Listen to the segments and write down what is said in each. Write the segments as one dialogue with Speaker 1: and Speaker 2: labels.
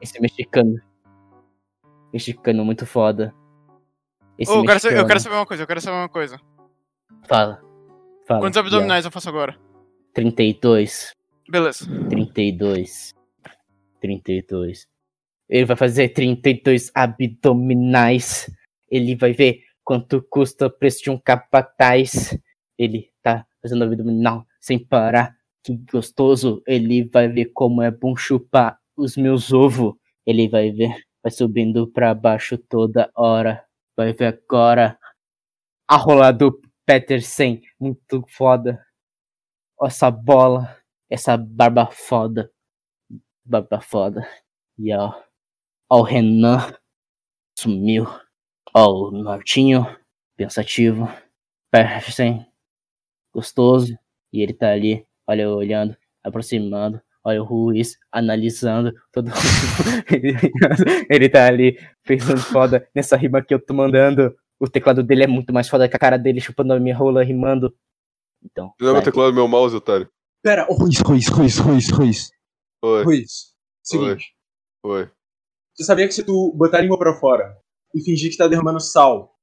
Speaker 1: Esse é mexicano. Mexicano muito foda. Esse
Speaker 2: Ô, eu, quero saber, eu
Speaker 1: mexicano.
Speaker 2: quero saber uma coisa, eu quero saber uma coisa.
Speaker 1: Fala. Fala.
Speaker 2: Quantos abdominais eu faço agora?
Speaker 1: Ian. 32.
Speaker 2: Beleza.
Speaker 1: 32. 32. Ele vai fazer 32 abdominais. Ele vai ver quanto custa o preço de um capataz. Ele tá fazendo abdominal sem parar. Que gostoso. Ele vai ver como é bom chupar os meus ovos. Ele vai ver. Vai subindo pra baixo toda hora. Vai ver agora. A rola do Petersen. Muito foda. Ó Essa bola essa barba foda. Barba foda. E ó, ó o Renan sumiu. Ó o Nortinho, pensativo. Persen, gostoso. E ele tá ali, olha eu olhando, aproximando. Olha o Ruiz analisando todo mundo. ele tá ali pensando foda nessa rima que eu tô mandando. O teclado dele é muito mais foda que a cara dele chupando a minha rola rimando. Então.
Speaker 3: Leva
Speaker 1: vai.
Speaker 3: o teclado do meu mouse, otário.
Speaker 4: Pera, ô, Ruiz, Ruiz, Ruiz, Ruiz, Ruiz.
Speaker 3: Oi,
Speaker 4: Ruiz, seguinte.
Speaker 3: oi.
Speaker 4: Você sabia que se tu botar a língua pra fora e fingir que tá derramando sal,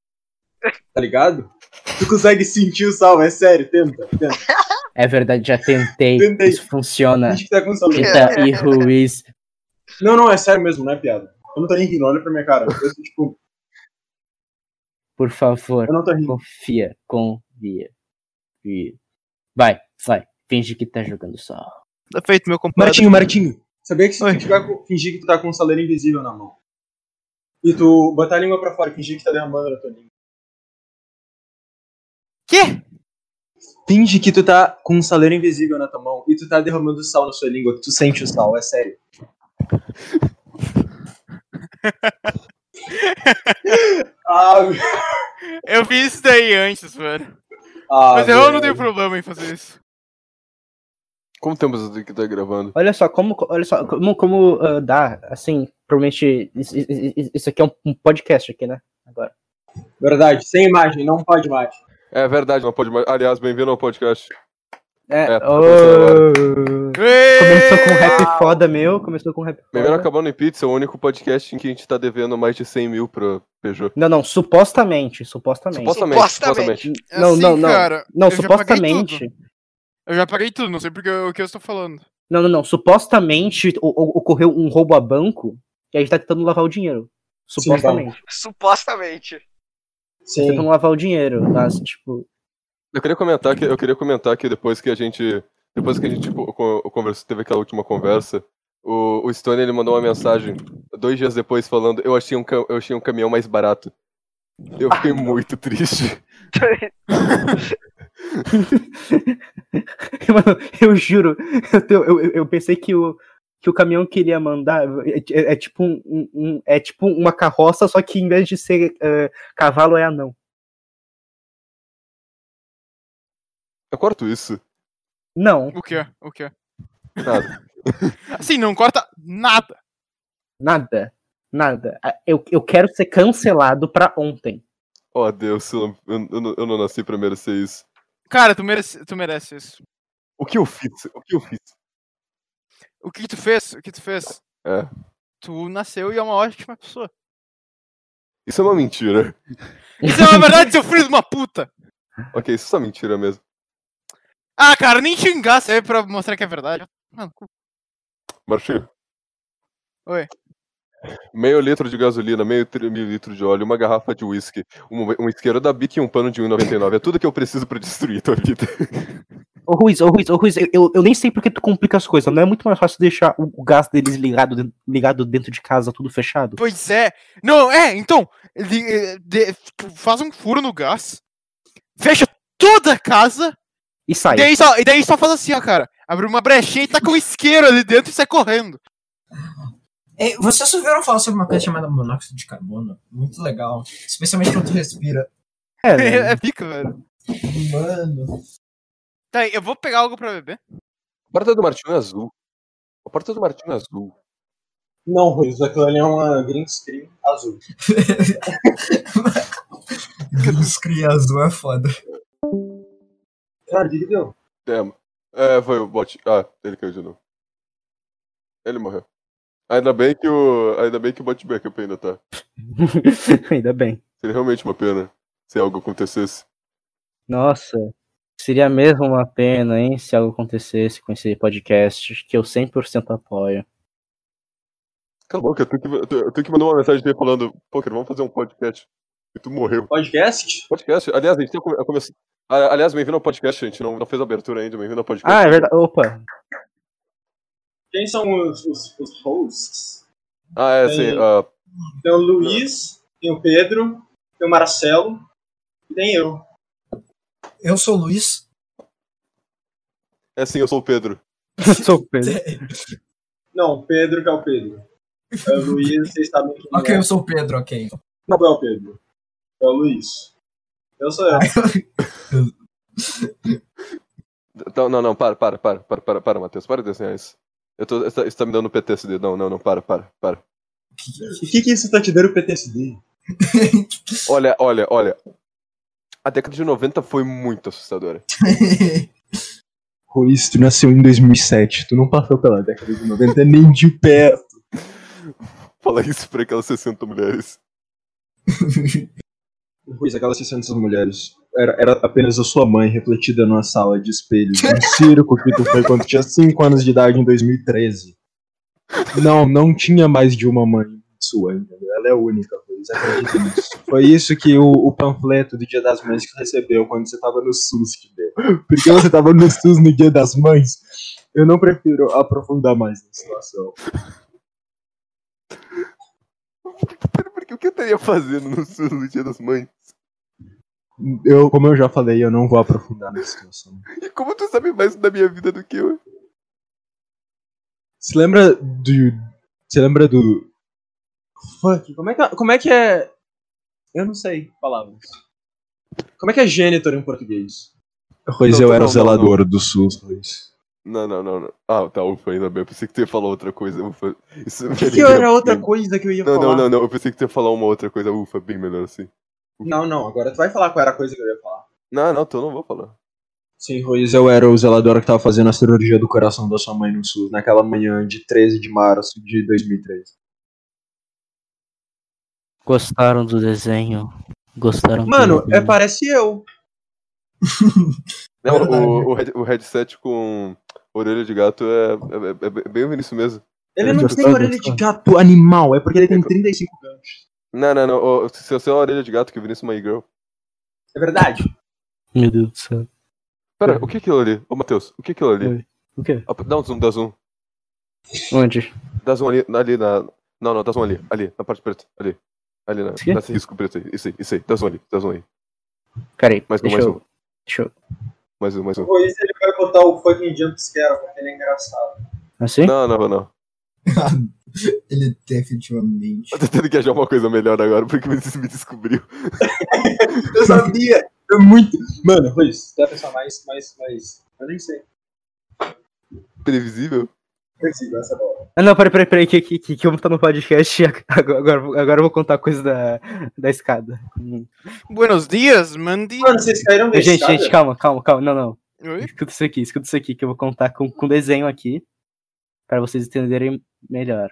Speaker 4: tá ligado? Tu consegue sentir o sal, é sério, tenta, tenta.
Speaker 1: É verdade, já tentei.
Speaker 4: Tentei.
Speaker 1: Isso funciona.
Speaker 4: Finge que tá com sal.
Speaker 1: Rita e Ruiz.
Speaker 4: Não, não, é sério mesmo, não é piada. Eu não tô nem rindo, olha pra minha cara. Eu, tô, tipo,
Speaker 1: Por favor,
Speaker 4: eu não tô rindo.
Speaker 1: confia, confia. confia. Vai, vai. Finge que tá jogando só.
Speaker 2: Tá feito, meu compadre.
Speaker 4: Martinho, Martinho. Sabia que se
Speaker 2: Oi.
Speaker 4: tu ficar com- fingir que tu tá com um saleiro invisível na mão e tu botar a língua pra fora e fingir que tá derramando na tua língua.
Speaker 2: Quê?
Speaker 4: Finge que tu tá com um saleiro invisível na tua mão e tu tá derramando sal na sua língua, que tu sente o sal, é sério. ah, meu-
Speaker 2: Eu fiz isso daí antes, velho.
Speaker 4: ah,
Speaker 2: Mas eu não
Speaker 4: meu.
Speaker 2: tenho problema em fazer isso.
Speaker 3: Como tempo você que tá gravando?
Speaker 1: Olha só, como, olha só, como, como ah, dá, assim, provavelmente. Isso, isso- isso aqui é um, um podcast aqui, né? Agora.
Speaker 4: Verdade, sem imagem, não pode mais.
Speaker 3: É verdade, não pode mais. Aliás, bem-vindo ao podcast.
Speaker 1: É.
Speaker 3: É, tá
Speaker 1: ô, começou
Speaker 2: Começou
Speaker 1: com um rap foda meu, começou com um rap
Speaker 3: Bem-vindo
Speaker 1: foda.
Speaker 3: acabando em pizza, é o único podcast em que a gente tá devendo mais de 100 mil pra Peugeot.
Speaker 1: Não, não, supostamente, supostamente.
Speaker 3: Supostamente,
Speaker 5: Supostamente.
Speaker 3: supostamente.
Speaker 2: É
Speaker 1: Não,
Speaker 2: assim,
Speaker 1: não, não.
Speaker 2: cara,
Speaker 1: não,
Speaker 2: eu já paguei
Speaker 1: supostamente.
Speaker 2: Eu já paguei tudo, não sei porque o que eu estou falando.
Speaker 1: Não, não, não. Supostamente o- o- ocorreu um roubo a banco e a gente tá tentando lavar o dinheiro.
Speaker 4: Sim, tá.
Speaker 1: Supostamente.
Speaker 5: Supostamente.
Speaker 2: tá
Speaker 4: Sim.
Speaker 1: tentando lavar o dinheiro, mas, tipo.
Speaker 3: Eu queria comentar que eu queria comentar que depois que a gente depois que a gente tipo, co- conversou, teve aquela última conversa, o, o Stone ele mandou uma mensagem dois dias depois falando eu achei um ca- eu achei um caminhão mais barato. Eu fiquei muito triste.
Speaker 1: Mano, eu juro, eu, tenho- eu, eu- eu pensei que o, que o caminhão que ele ia mandar é, é- é tipo um, um- um- é tipo uma carroça, só que em vez de ser eh, cavalo é anão.
Speaker 3: Eu corto isso.
Speaker 1: Não,
Speaker 2: O que é? O que é?
Speaker 3: Nada.
Speaker 2: Assim, não corta nada.
Speaker 1: nada. Nada. Ah, Eu, eu quero ser cancelado pra ontem.
Speaker 3: Oh Deus, eu, não- eu não- eu não nasci pra merecer isso.
Speaker 2: Cara, tu merece, tu merece isso.
Speaker 3: O que eu fiz? O que eu fiz?
Speaker 2: O que tu fez? O que tu fez?
Speaker 3: É.
Speaker 2: Tu nasceu e é uma ótima pessoa.
Speaker 3: Isso é uma mentira.
Speaker 2: Isso é uma verdade, seu filho de uma puta!
Speaker 3: Ok, isso é uma mentira mesmo.
Speaker 2: Ah, cara, nem xingar serve pra mostrar que é verdade. Mano, cu-
Speaker 3: Marchinho.
Speaker 2: Oi.
Speaker 3: Meio litro de gasolina, meio tri- meio litro de óleo, uma garrafa de uísque, um, um isqueiro da Bic e um pano de 1,99. É tudo que eu preciso pra destruir tua vida.
Speaker 1: Ô Ruiz, ô Ruiz, ô Ruiz, eu- eu, eu nem sei porque tu complica as coisas. Não é muito mais fácil deixar o, o gás deles ligado, den- ligado dentro de casa, tudo fechado?
Speaker 2: pois é. Não, é, então. li- eh, de- tu faz um furo no gás. Fecha toda a casa.
Speaker 1: E
Speaker 2: E
Speaker 1: sai.
Speaker 2: daí, só, e daí só faz assim, ó, cara. Abre uma brechinha e tá com um isqueiro ali dentro e sai correndo.
Speaker 6: É, vocês ouviram falar sobre uma coisa chamada monóxido de carbono? Muito legal. Especialmente quando tu respira.
Speaker 1: É, né?
Speaker 2: É pica, velho.
Speaker 6: Mano.
Speaker 2: Tá, aí, eu vou pegar algo pra beber.
Speaker 3: A porta do Martinho é azul. A porta do Martinho é azul.
Speaker 4: Não, Ruiz, aquilo ali é uma green screen azul.
Speaker 6: Os cria azul é foda.
Speaker 4: Cara, o que que deu?
Speaker 3: É, é, foi o bot. Ah, ele caiu de novo. Ele morreu. Ainda bem que o. Ainda bem que o bot backup ainda tá.
Speaker 1: Ainda bem.
Speaker 3: Seria realmente uma pena se algo acontecesse.
Speaker 1: Nossa, seria mesmo uma pena, hein, se algo acontecesse com esse podcast, que eu 100% apoio.
Speaker 3: Cala a boca, tu que, tu, tu que mandou uma mensagem dele falando, poker, vamos fazer um podcast. E tu morreu.
Speaker 4: Podcast?
Speaker 3: Podcast? Aliás, a gente tem come- começado. a- Aliás, bem-vindo ao podcast, a gente não, não fez a abertura ainda, bem-vindo ao podcast.
Speaker 1: Ah, é verdade. Opa,
Speaker 4: Quem são os, os- os hosts?
Speaker 3: Ah, é, sim.
Speaker 4: Tem-
Speaker 3: ah,
Speaker 4: Tem o Luiz, tem o Pedro, tem o Marcelo e tem eu.
Speaker 6: Eu sou o Luiz.
Speaker 3: é sim, eu sou o Pedro.
Speaker 1: sou o Pedro.
Speaker 4: Não, o Pedro que é o Pedro. É o Luiz, vocês sabem quem
Speaker 6: ok,
Speaker 4: é.
Speaker 6: eu sou o Pedro, ok.
Speaker 4: Não é o Pedro. É o Luiz. Eu sou eu.
Speaker 3: Então, não, não, para, para, para, para, para, para, Matheus, para de desenhar isso. Eu tô, isso, tá- isso tá me dando PTSD. Não, não, não, para, para, para.
Speaker 4: O que que isso tá te dando PTSD?
Speaker 3: Olha, olha, olha. A década de 90 foi muito assustadora.
Speaker 4: Ruiz, tu nasceu em 2007. Tu não passou pela década de 90 nem de perto.
Speaker 3: Fala isso pra aquelas 60 mulheres.
Speaker 4: Ruiz, aquela sessão dessas mulheres era, era apenas a sua mãe refletida numa sala de espelhos de um circo que tu foi quando tinha 5 anos de idade em 2013. Não, não tinha mais de uma mãe sua, entendeu? Ela é única, Ruiz. acredita nisso. Foi isso que o, o panfleto do Dia das Mães que tu recebeu quando você tava no SUS te deu. Porque você tava no SUS no Dia das Mães. Eu não prefiro aprofundar mais na situação.
Speaker 3: Porque o que eu estaria fazendo no sul do Dia das Mães?
Speaker 4: Eu, como eu já falei, eu não vou aprofundar na situação.
Speaker 3: E como tu sabe mais da minha vida do que eu?
Speaker 4: Você lembra do. Você lembra do. Fuck, como é que, como é, que é. Eu não sei palavras. Como é que é gênitor em português? Pois
Speaker 3: Não,
Speaker 4: eu
Speaker 3: tu
Speaker 4: era
Speaker 3: não, não,
Speaker 4: o zelador do SUS, Luiz.
Speaker 3: Não, não, não, não. Ah, tá, ufa, ainda bem. Eu pensei que tu ia falar outra coisa. Ufa. Isso é
Speaker 4: O que, que era outra coisa que eu ia
Speaker 3: Não,
Speaker 4: falar?
Speaker 3: não, não, não. Eu pensei que tu ia falar uma outra coisa. Ufa, bem melhor assim.
Speaker 4: Não, não, agora tu vai falar Ah, qual era a coisa que eu ia falar.
Speaker 3: Não, não, tu não vou falar.
Speaker 4: Sim, Ruiz, eu era o zelador que tava fazendo a cirurgia do coração da sua mãe no SUS naquela manhã de 13 de março de 2013.
Speaker 1: Gostaram do desenho? Gostaram
Speaker 4: Mano,
Speaker 1: do
Speaker 4: é, parece eu. É
Speaker 3: Não,
Speaker 6: Verdade.
Speaker 3: o, o, head- o headset com orelha de gato é, é- é- é bem o Vinícius mesmo.
Speaker 4: Ele
Speaker 1: Eu
Speaker 4: não
Speaker 1: já
Speaker 4: tem
Speaker 1: tava
Speaker 4: orelha de
Speaker 1: gostando.
Speaker 4: gato animal, é porque ele tem 35 ganchos.
Speaker 3: Não, não, não. ó, Se você é a orelha de gato que o Vinícius é uma e-girl.
Speaker 4: É verdade.
Speaker 1: Meu Deus do céu.
Speaker 3: Pera, o que é aquilo ali? Ô, Matheus, o que é aquilo ali?
Speaker 1: O quê?
Speaker 3: Ah, Dá um zoom, dá zoom.
Speaker 1: Onde?
Speaker 3: Dá zoom ali, ali na. Não, não, dá zoom ali. Ali, na parte preta. Ali. Ali na,
Speaker 1: Isso aqui?
Speaker 3: nesse risco preto aí. Isso aí, isso aí. Dá zoom ali, dá zoom aí.
Speaker 1: Peraí,
Speaker 3: Mais um,
Speaker 1: deixa
Speaker 3: mais
Speaker 1: eu...
Speaker 3: um.
Speaker 1: Deixa eu...
Speaker 3: Mais um, mais um.
Speaker 4: Por isso ele vai botar o fucking jumpscare, porque ele é engraçado.
Speaker 1: Assim?
Speaker 3: Não, não, não.
Speaker 6: Ele definitivamente.
Speaker 3: Eu tô tendo que achar uma coisa melhor agora, porque o Vinícius me descobriu.
Speaker 4: Eu sabia! É muito. Mano, Ruiz, dá pra pensar é mais, mais, mais. Eu nem sei.
Speaker 3: Previsível.
Speaker 4: Preciso, é essa bola.
Speaker 1: Ah, não, peraí, peraí, peraí, que, que, que, que eu vou estar no podcast e ag- agora, agora, agora eu vou contar a coisa da, da escada. Hum.
Speaker 2: Buenos dias, Mandy.
Speaker 4: Mano, vocês caíram da
Speaker 1: Gente,
Speaker 4: escada?
Speaker 1: gente, calma, calma, calma, não, não.
Speaker 2: Oi?
Speaker 1: Escuta isso aqui, escuta isso aqui, que eu vou contar com, com desenho aqui, pra vocês entenderem melhor.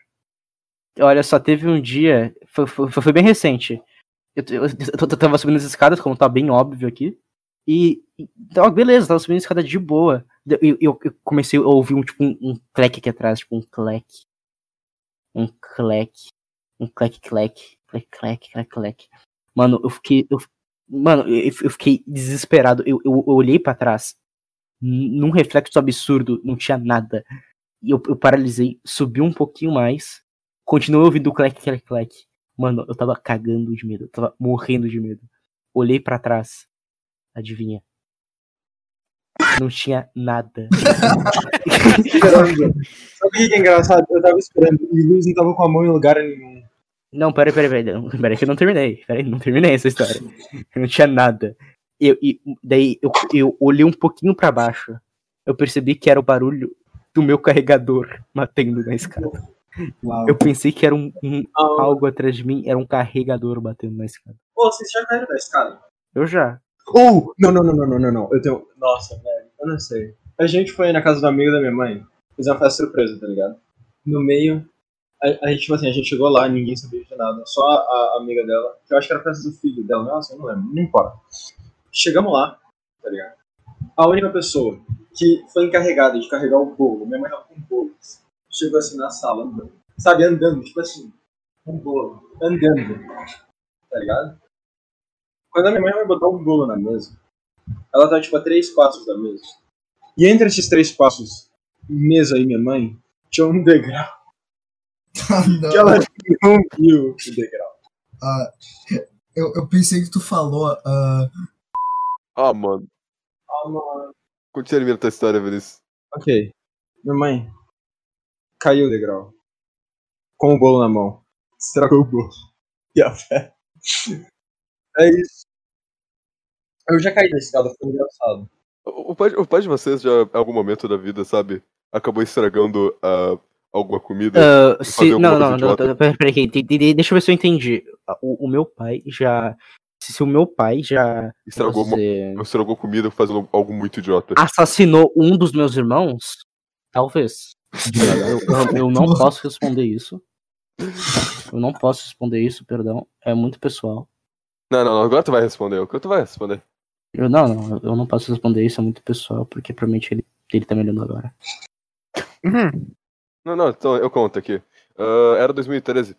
Speaker 1: Olha só, teve um dia, foi, foi, foi bem recente, eu, eu, eu t- tava subindo as escadas, como tá bem óbvio aqui, e, e tava- beleza, tava subindo a escada de boa. Eu, eu, eu comecei a ouvir um, tipo, um, um cleque aqui atrás, tipo um cleque, um cleque, um cleque, cleque, cleque, cleque, cleque, cleque. Mano, eu fiquei, eu, mano, eu, eu fiquei desesperado, eu, eu, eu olhei pra trás, num reflexo absurdo, não tinha nada. E eu, eu paralisei, subi um pouquinho mais, continuei ouvindo o clec, clec, clec. Mano, eu tava cagando de medo, eu tava morrendo de medo. Olhei pra trás, adivinha? Não tinha nada.
Speaker 4: Esperando. Sabe o que é engraçado? Eu tava esperando e o Luiz não tava com a mão em lugar nenhum.
Speaker 1: Não, peraí, peraí, peraí, não, peraí que eu não terminei. Peraí, não terminei essa história. Eu não tinha nada. Eu, e daí eu, eu olhei um pouquinho pra baixo. Eu percebi que era o barulho do meu carregador batendo na escada.
Speaker 6: Uau.
Speaker 1: Eu pensei que era um, um-
Speaker 4: Ah,
Speaker 1: algo atrás de mim, era um carregador batendo na escada.
Speaker 4: Pô, vocês já caíram da escada?
Speaker 1: Eu já.
Speaker 4: Ou! não, não, não, não, não, não, não. Eu tenho. Nossa, velho, eu não sei. A gente foi na casa do amigo da minha mãe, fiz uma festa surpresa, tá ligado? No meio A, a gente, tipo assim, a gente chegou lá, ninguém sabia de nada. Só a amiga dela, que eu acho que era a casa do filho dela, nossa, eu não lembro, não importa. Chegamos lá, tá ligado? A única pessoa que foi encarregada de carregar o bolo, minha mãe tava com bolo, chegou assim na sala, andando, sabe, andando, tipo assim, com bolo, andando, tá ligado? Quando a minha mãe vai botar o bolo na mesa, ela tá tipo a três passos da mesa. E entre esses três passos, mesa e minha mãe, tinha um degrau
Speaker 6: Ah, não.
Speaker 4: que ela não viu o degrau.
Speaker 6: Ah, eu, eu pensei que tu falou. ah,
Speaker 3: Ah, mano. Continua termina tua história, Vinícius.
Speaker 4: Ok. Minha mãe caiu o degrau. Com o bolo na mão. Estragou o bolo. E a fé. É isso. Eu já caí da escada, foi engraçado.
Speaker 3: O o pai, o pai de vocês já, em algum momento da vida, sabe, acabou estragando ah, alguma comida?
Speaker 1: Ah, se,
Speaker 3: alguma
Speaker 1: não,
Speaker 3: coisa
Speaker 1: não, não,
Speaker 3: idiota.
Speaker 1: não, peraí, peraí, de- de- de- deixa eu ver se eu entendi. Ah, O, o meu pai já. Se, se o meu pai já
Speaker 3: estragou,
Speaker 1: posso
Speaker 3: alguma-
Speaker 1: dizer,
Speaker 3: estragou comida fazendo algo muito idiota.
Speaker 1: assassinou um dos meus irmãos, talvez. Eu, eu- eu não posso responder isso. Eu não posso responder isso, perdão. É muito pessoal.
Speaker 3: Não, não, não, agora tu vai responder. O que tu vai responder?
Speaker 1: Eu não, não, eu não posso responder isso, é muito pessoal, porque provavelmente ele, ele tá me olhando agora.
Speaker 2: Uhum.
Speaker 3: Não, não, então eu conto aqui. Ah, era 2013.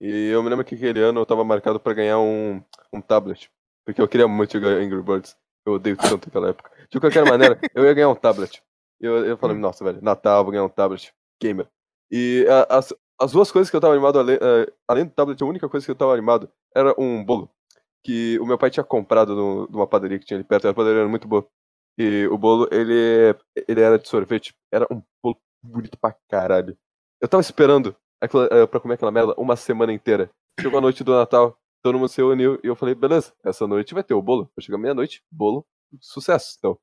Speaker 3: E eu me lembro que aquele ano eu tava marcado pra ganhar um, um tablet. Porque eu queria muito jogar Angry Birds. Eu odeio tanto aquela época. De qualquer maneira, eu ia ganhar um tablet. E eu, eu falei, nossa, velho, Natal, eu vou ganhar um tablet. Gamer. E a- as, as duas coisas que eu tava animado, ale- eh, além do tablet, a única coisa que eu tava animado era um bolo. Que o meu pai tinha comprado no- numa padaria que tinha ali perto. Era uma padaria muito boa. E o bolo, ele, ele era de sorvete. Era um bolo bonito pra caralho. Eu tava esperando aquela, eh, pra comer aquela merda uma semana inteira. Chegou a noite do Natal, todo mundo se reuniu e eu falei, beleza, essa noite vai ter o bolo. Vai chegar meia-noite, bolo, sucesso. Então,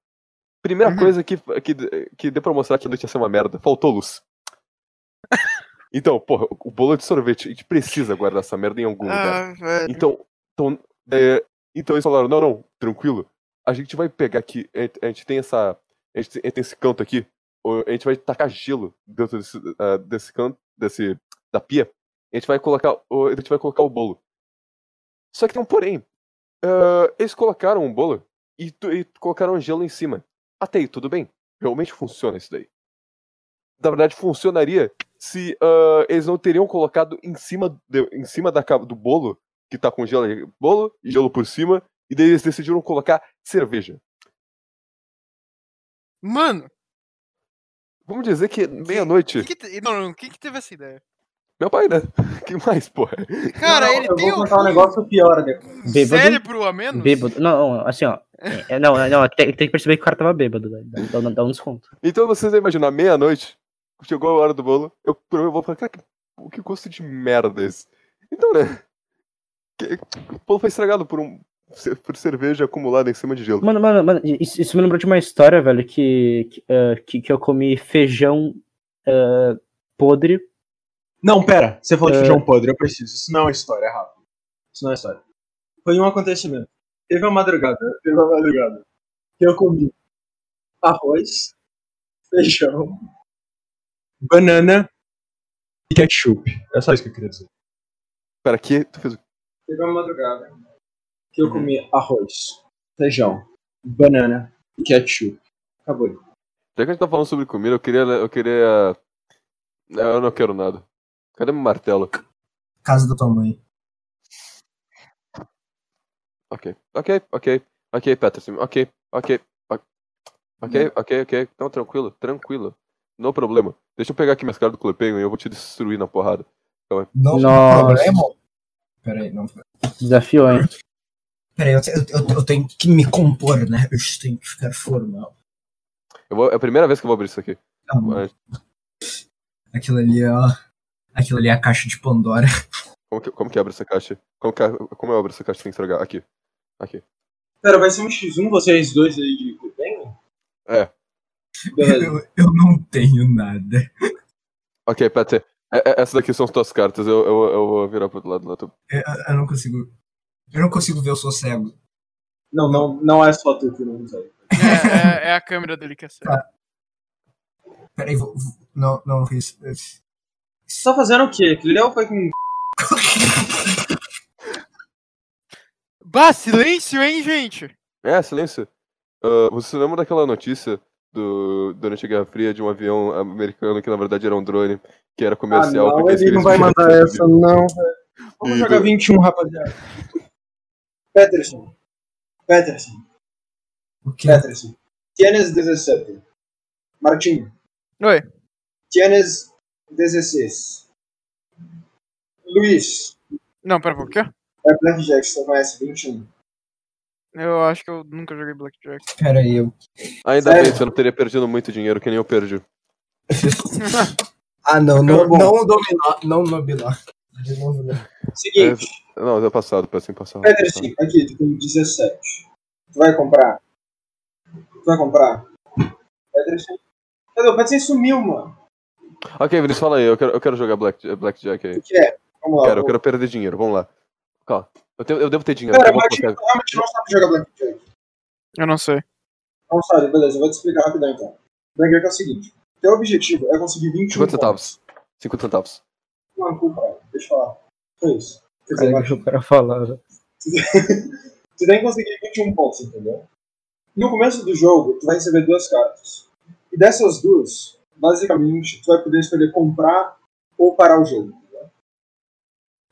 Speaker 3: primeira
Speaker 2: Uhum.
Speaker 3: coisa que, que, que deu pra mostrar que a noite ia ser uma merda, faltou luz. Então, porra, o- o bolo é de sorvete, a gente precisa guardar essa merda em algum lugar.
Speaker 2: Ah, velho.
Speaker 3: Então, então, é, então eles falaram, não, não, tranquilo. A gente vai pegar aqui, a gente- a gente tem essa. A gente tem- tem esse canto aqui, ou a gente vai tacar gelo dentro desse, ah, desse canto, desse. da pia. A gente vai colocar. o- A gente vai colocar o bolo. Só que tem um porém. Ah, eles colocaram um bolo e, tu- e colocaram gelo em cima. Até aí, tudo bem. Realmente funciona isso daí. Na verdade, funcionaria se ah, eles não teriam colocado em cima, de- em cima da, ca- do bolo que tá com gelo, e- bolo e gelo por cima, e daí eles decidiram colocar cerveja.
Speaker 2: Mano,
Speaker 3: Vamos dizer que meia-noite.
Speaker 2: quem que te- não, não, quem que teve essa ideia?
Speaker 3: Meu pai, né? Que mais, porra?
Speaker 2: Cara,
Speaker 4: Não,
Speaker 2: ele
Speaker 4: eu
Speaker 2: tem
Speaker 4: vou contar um negócio pior depois.
Speaker 2: um
Speaker 1: Bêbado.
Speaker 2: cérebro a menos?
Speaker 1: Bêbado. Não, não, assim, ó. é- é- não, é- não, tem, tem que perceber que o cara tava bêbado, velho. Dá, dá- dá um desconto.
Speaker 3: Então vocês vão imaginar, meia-noite, chegou a hora do bolo, eu provei o bolo e falei, cara, que, o que gosto de merda esse. Então, né? que- o bolo foi estragado por um. por cerveja acumulada em cima de gelo.
Speaker 1: Mano, mano, mano, isso, isso me lembrou de uma história, velho, que, que, eh, que, que eu comi feijão eh, podre.
Speaker 4: Não, pera. Você falou de
Speaker 1: É.
Speaker 4: feijão podre, eu preciso. Isso não é história, é rápido. Isso não é história. Foi um acontecimento. Teve uma madrugada, teve uma madrugada, que eu comi arroz, feijão, banana e ketchup. É só isso que eu queria dizer.
Speaker 3: Pera, que tu fez o
Speaker 4: Teve uma madrugada que eu comi arroz, feijão, banana e ketchup. Acabou.
Speaker 3: Já que a gente tá falando sobre comida, eu queria. Eu queria. Eu não quero nada. Cadê meu martelo?
Speaker 6: Casa da tua mãe.
Speaker 3: Ok, ok, ok, ok, Peterson, ok, ok, ok, ok, ok, ok, não, tranquilo, tranquilo, não problema. Deixa eu pegar aqui minhas caras do Clepenho e eu vou te destruir na porrada.
Speaker 6: Não, um
Speaker 1: Nossa.
Speaker 6: problema. Peraí, não.
Speaker 1: Desafio, hein?
Speaker 6: Peraí, eu, te- eu, eu, eu tenho que me compor, né? Eu tenho que ficar formal.
Speaker 3: Eu vou, é a primeira vez que eu vou abrir isso aqui.
Speaker 6: Calma.
Speaker 3: Mas,
Speaker 6: Aquilo ali, ó. Aquilo ali é a caixa de Pandora.
Speaker 3: como, que, como que abre essa caixa? Como, que, como eu abro essa caixa sem estragar? Aqui.
Speaker 4: Pera, vai ser um X1 vocês dois aí de Cupenho?
Speaker 3: É.
Speaker 4: Beleza.
Speaker 6: Eu, eu não tenho nada.
Speaker 3: Ok, Peter, é- é- essa daqui são as tuas cartas, eu, eu, eu vou virar pro outro lado lá. tu-
Speaker 6: Eu, eu não consigo. Eu não consigo ver, eu sou cego.
Speaker 4: Não, não, não é só tu que não consegue.
Speaker 2: É, é- é a câmera dele que é certa.
Speaker 6: Peraí, vou, vou- não, não, isso. isso.
Speaker 4: Vocês só fizeram o quê? Aquele Léo foi com.
Speaker 2: Bah, silêncio, hein, gente?
Speaker 3: É, silêncio. Ah, você lembra daquela notícia do, durante a Guerra Fria de um avião americano que na verdade era um drone, que era
Speaker 4: Ah,
Speaker 3: comercial?
Speaker 4: não,
Speaker 3: porque eles
Speaker 4: ele não
Speaker 3: queriam um
Speaker 4: vai
Speaker 3: explorar
Speaker 4: mandar
Speaker 3: Estados
Speaker 4: essa, não. velho. Vamos
Speaker 3: E
Speaker 4: jogar
Speaker 3: do-
Speaker 4: 21, rapaziada. Peterson. Peterson.
Speaker 6: O que?
Speaker 4: Peterson. Tienes 17. Martinho.
Speaker 2: Oi.
Speaker 4: Tienes 16. Luiz.
Speaker 2: Não, pera, por quê?
Speaker 4: É Blackjack, você conhece 21.
Speaker 2: Eu acho que eu nunca joguei Blackjack.
Speaker 6: Pera aí, eu.
Speaker 3: Ainda
Speaker 4: Sério?
Speaker 3: bem, você não teria perdido muito dinheiro que nem eu perdi.
Speaker 6: Ah,
Speaker 4: Então,
Speaker 6: não, não,
Speaker 4: bom.
Speaker 6: não dominar. Não dominar. De novo, não.
Speaker 4: Seguinte,
Speaker 3: Não, é passado, péssimo passado.
Speaker 4: Peterson, aqui, tu tem 17. Tu vai comprar? Tu vai comprar? Peterson. Cadê? O Peterson sumiu, mano.
Speaker 3: Ok, Vinícius, fala aí, eu quero, eu quero jogar Black, Blackjack aí.
Speaker 4: O que é? Vamos lá.
Speaker 3: Cara, eu
Speaker 4: vou-
Speaker 3: quero perder dinheiro, vamos lá. Calma. Eu, tenho- eu devo ter dinheiro.
Speaker 4: Cara,
Speaker 3: eu vou
Speaker 4: Martin,
Speaker 3: colocar-
Speaker 4: tu realmente não sabe jogar Blackjack.
Speaker 2: Eu não sei.
Speaker 4: Não sabe, beleza, eu vou te explicar rapidão então. Blackjack é o seguinte: teu objetivo é conseguir 21
Speaker 3: 50
Speaker 4: pontos.
Speaker 3: centavos. 50 centavos.
Speaker 4: Não, culpa, deixa eu falar. Foi isso. Quer dizer,
Speaker 5: Cara,
Speaker 4: mas
Speaker 5: deixa o cara falar. velho.
Speaker 4: tu tem que conseguir 21 pontos, entendeu? No começo do jogo, tu vai receber duas cartas. E dessas duas, basicamente, tu vai poder escolher comprar ou parar o jogo. entendeu?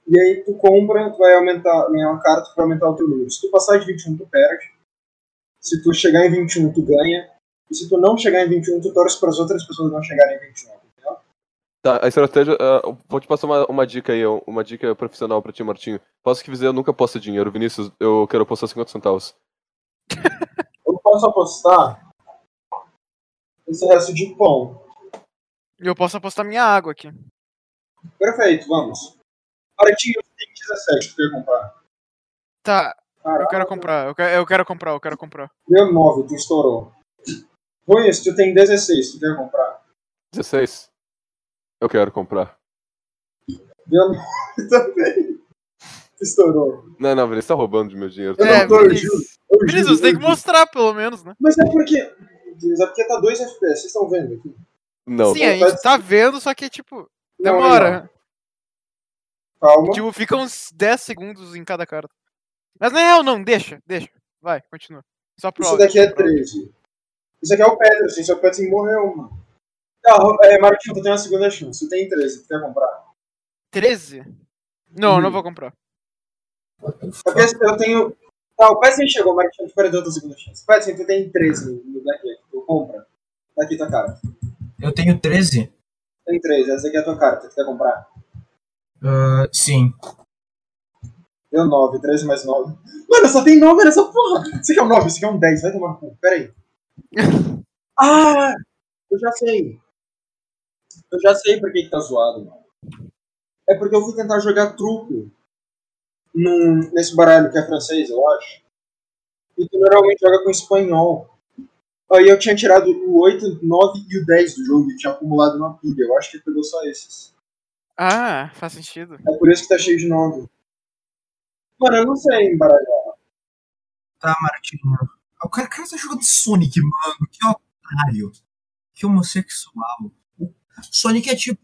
Speaker 4: E aí tu compra, tu vai aumentar, ganhar uma carta pra aumentar o teu número. Se tu passar de 21, tu perde. Se tu chegar em 21, tu ganha. E se tu não chegar em 21, tu torce para as outras pessoas não chegarem em 21. Entendeu?
Speaker 3: Tá, a estratégia. ah, eu vou te passar uma, uma dica aí, ó, uma dica profissional pra ti, Martinho. Faça o que fizer, eu nunca posto dinheiro. Vinícius, eu quero postar 50 centavos.
Speaker 4: Eu posso apostar esse resto de pão.
Speaker 2: E eu posso apostar minha água aqui.
Speaker 4: Perfeito, vamos. Baratinho, tem 17 que tu quer comprar.
Speaker 2: Tá, eu
Speaker 4: Caralho,
Speaker 2: quero comprar, eu quero, eu quero comprar, eu quero comprar.
Speaker 4: deu 9, tu estourou. Ruiz, tu tem 16, tu quer comprar.
Speaker 3: 16? Eu quero comprar.
Speaker 4: Deu 9 também. Tu estourou.
Speaker 3: Não, não, Vinícius, tá roubando de meu dinheiro.
Speaker 4: Eu
Speaker 2: É,
Speaker 4: não tô, eu
Speaker 2: Vinícius.
Speaker 4: juro. eu juro,
Speaker 2: Vinícius,
Speaker 4: eu
Speaker 2: tem que
Speaker 4: juro.
Speaker 2: mostrar pelo menos, né?
Speaker 4: Mas é porque. É porque tá 2 FPS, vocês estão vendo aqui.
Speaker 3: Não.
Speaker 2: Sim, a gente tá vendo, só que, tipo,
Speaker 4: Não, não,
Speaker 2: demora.
Speaker 4: não. Calma.
Speaker 2: Tipo, fica uns 10 segundos em cada carta. Mas na real, não, deixa, deixa. Vai, continua. Só pro
Speaker 4: Isso
Speaker 2: áudio,
Speaker 4: daqui é
Speaker 2: só pro áudio.
Speaker 4: 13. Isso aqui é o Pedro, assim, seu Pedro morreu, mano. Ah, Ro- é, Martinho, tu tem uma segunda chance. Tu tem 13, tu quer comprar?
Speaker 2: 13? Não, eu não
Speaker 4: Hum.
Speaker 2: vou comprar.
Speaker 4: Eu penso- É assim, Eu tenho. Tá, o Petsen chegou, Marquinhos, tu perdeu a tua segunda chance. Petsen, tu tem 13 no Blackjack, tu compra. Tá aqui tua carta.
Speaker 6: Eu tenho 13?
Speaker 4: Tem 13, essa aqui é a tua carta, tu quer comprar?
Speaker 6: Ah, sim.
Speaker 4: Deu 9, 13 mais 9. Mano, só tem 9 nessa porra! Isso aqui é um 9, isso aqui é um 10, vai tomar no cu, peraí. Ah! Eu já sei. Eu já sei por que, que tá zoado, mano. É porque eu fui tentar jogar truco num- nesse baralho que é francês, eu acho. E tu normalmente joga com espanhol. Aí eu tinha tirado o 8, 9 e o 10 do jogo e tinha acumulado na pilha. Eu acho que pegou só esses.
Speaker 2: Ah, faz sentido.
Speaker 4: É por isso que tá cheio de 9. Mano, eu não sei embaralhar.
Speaker 6: Tá, Martinho. O cara, o cara tá jogando Sonic, mano. Que otário. Que homossexual. Sonic é tipo.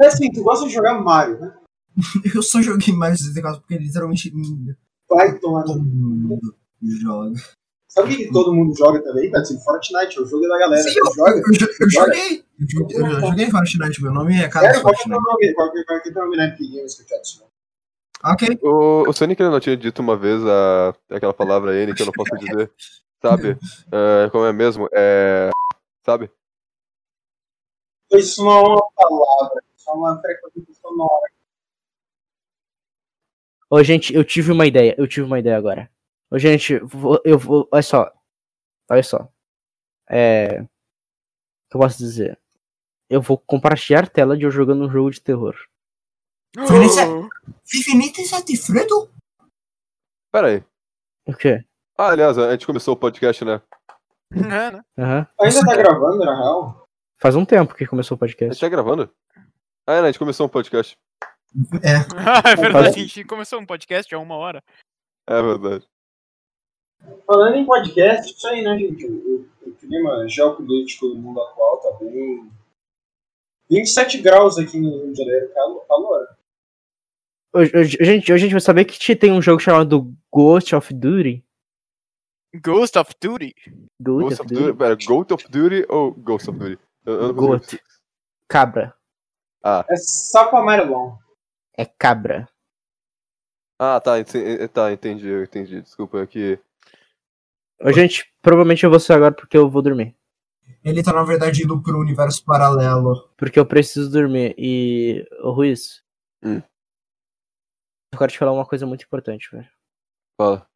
Speaker 4: É assim, tu gosta de jogar Mario, né?
Speaker 6: Eu só joguei Mario 64 porque literalmente
Speaker 4: Vai tomar no
Speaker 6: todo mundo joga.
Speaker 4: né? Sabe o que, que todo mundo joga também? Tá assim, Fortnite, é o jogo da galera.
Speaker 6: Sim, eu,
Speaker 4: que joga.
Speaker 6: eu jo- eu
Speaker 4: Joga.
Speaker 6: joguei. Eu joguei, eu joguei Fortnite. Meu nome é Carlos
Speaker 4: Sério, qual que é o teu
Speaker 6: Fortnite.
Speaker 4: nome? Qual que qual que é o teu nome na Epic Games que eu te adiciono?
Speaker 6: Ok.
Speaker 3: O, o Sonic ele não tinha dito uma vez a, aquela palavra N que eu não posso dizer. Sabe? É, como é mesmo? É. Sabe?
Speaker 4: Isso não é uma palavra, isso é uma frequência sonora.
Speaker 1: Ô, gente, eu tive uma ideia. Eu tive uma ideia agora. Ô, gente, vou- eu vou. Olha só. Olha só. É. O que eu posso dizer? Eu vou compartilhar a tela de eu jogando um jogo de terror.
Speaker 6: Vinícius- Vivinita e Satifredo?
Speaker 3: Pera aí.
Speaker 1: O quê?
Speaker 3: Ah, aliás, a gente começou o podcast, né?
Speaker 2: É, né?
Speaker 1: Aham.
Speaker 4: Ainda tá gravando, na real?
Speaker 1: Faz um tempo que começou o
Speaker 3: A gente
Speaker 1: podcast.
Speaker 3: tá gravando? Ah, é, né? A gente começou um podcast.
Speaker 6: É.
Speaker 2: Ah, é verdade, a gente começou um podcast há uma hora.
Speaker 3: É verdade.
Speaker 4: Falando em podcast, isso aí, né, gente? O, o clima geopolítico do mundo atual tá bem
Speaker 5: 27 graus aqui no Rio de Janeiro, calor. calor.
Speaker 1: Hoje, hoje, gente, hoje a gente vai saber que tem um jogo chamado Ghost of Duty.
Speaker 2: Ghost of Duty.
Speaker 1: Ghost,
Speaker 3: Ghost of Duty. Pera, Goat of Duty ou Ghost of Duty? Eu- eu não
Speaker 1: Goat.
Speaker 3: consigo.
Speaker 1: Cabra.
Speaker 5: É sapo amarelão.
Speaker 1: É cabra.
Speaker 3: Ah, tá, ent- eh, tá, entendi, eu entendi. Desculpa, é que.
Speaker 1: Ô, gente, provavelmente eu vou sair agora porque eu vou dormir.
Speaker 6: Ele tá, na verdade, indo pro universo paralelo.
Speaker 1: Porque eu preciso dormir. E. Ô Ruiz.
Speaker 3: Hum.
Speaker 1: Eu quero te falar uma coisa muito importante, velho.
Speaker 3: Fala.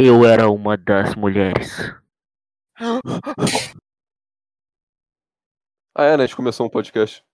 Speaker 7: Eu era uma das mulheres.
Speaker 3: Ah, é, né? A gente começou um podcast.